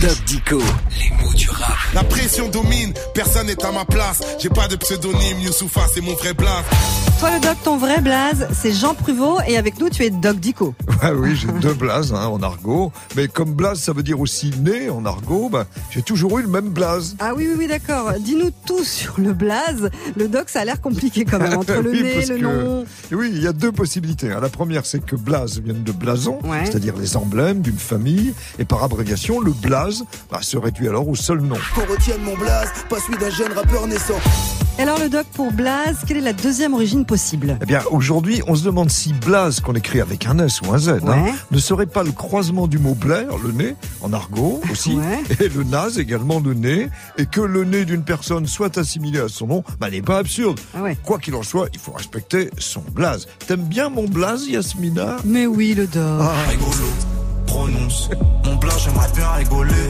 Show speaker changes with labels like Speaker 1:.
Speaker 1: Doc Dico, les mots du rap.
Speaker 2: La pression domine, personne n'est à ma place. J'ai pas de pseudonyme, Youssoufa, c'est mon vrai blaze.
Speaker 3: Toi, le doc, ton vrai blaze, c'est Jean Pruvot, et avec nous, tu es Doc Dico.
Speaker 4: Ah oui, j'ai deux blazes hein, en argot. Mais comme blaze, ça veut dire aussi né en argot, bah, j'ai toujours eu le même blaze.
Speaker 3: Ah oui, oui, oui, d'accord. Dis-nous tout sur le blaze. Le doc, ça a l'air compliqué quand même, entre le
Speaker 4: Oui,
Speaker 3: nez,
Speaker 4: parce
Speaker 3: le
Speaker 4: que-
Speaker 3: nom.
Speaker 4: Et Oui, il y a deux possibilités. hein. La première, c'est que blaze vienne de blason,
Speaker 3: Ouais.
Speaker 4: c'est-à-dire les emblèmes d'une famille. Et par abréviation, le blaze bah, se réduit alors au seul nom.
Speaker 5: Qu'on retienne mon blaze, pas celui d'un jeune rappeur naissant.
Speaker 3: Et Alors, le doc, pour blaze, quelle est la deuxième origine possible
Speaker 4: Eh bien, aujourd'hui, on se demande si Blaze, qu'on écrit avec un S ou un Z, hein,
Speaker 3: Ouais.
Speaker 4: ne serait pas le croisement du mot blaire, le nez, en argot aussi,
Speaker 3: Ouais.
Speaker 4: et le naze également le nez, et que le nez d'une personne soit assimilé à son nom, bah, n'est pas absurde.
Speaker 3: Ah ouais.
Speaker 4: Quoi qu'il en soit, il faut respecter son Blaze. T'aimes bien mon Blaze, Yasmina
Speaker 3: Mais oui, le doc.
Speaker 6: rigolo, prononce. Mon blanc, j'aimerais bien rigoler.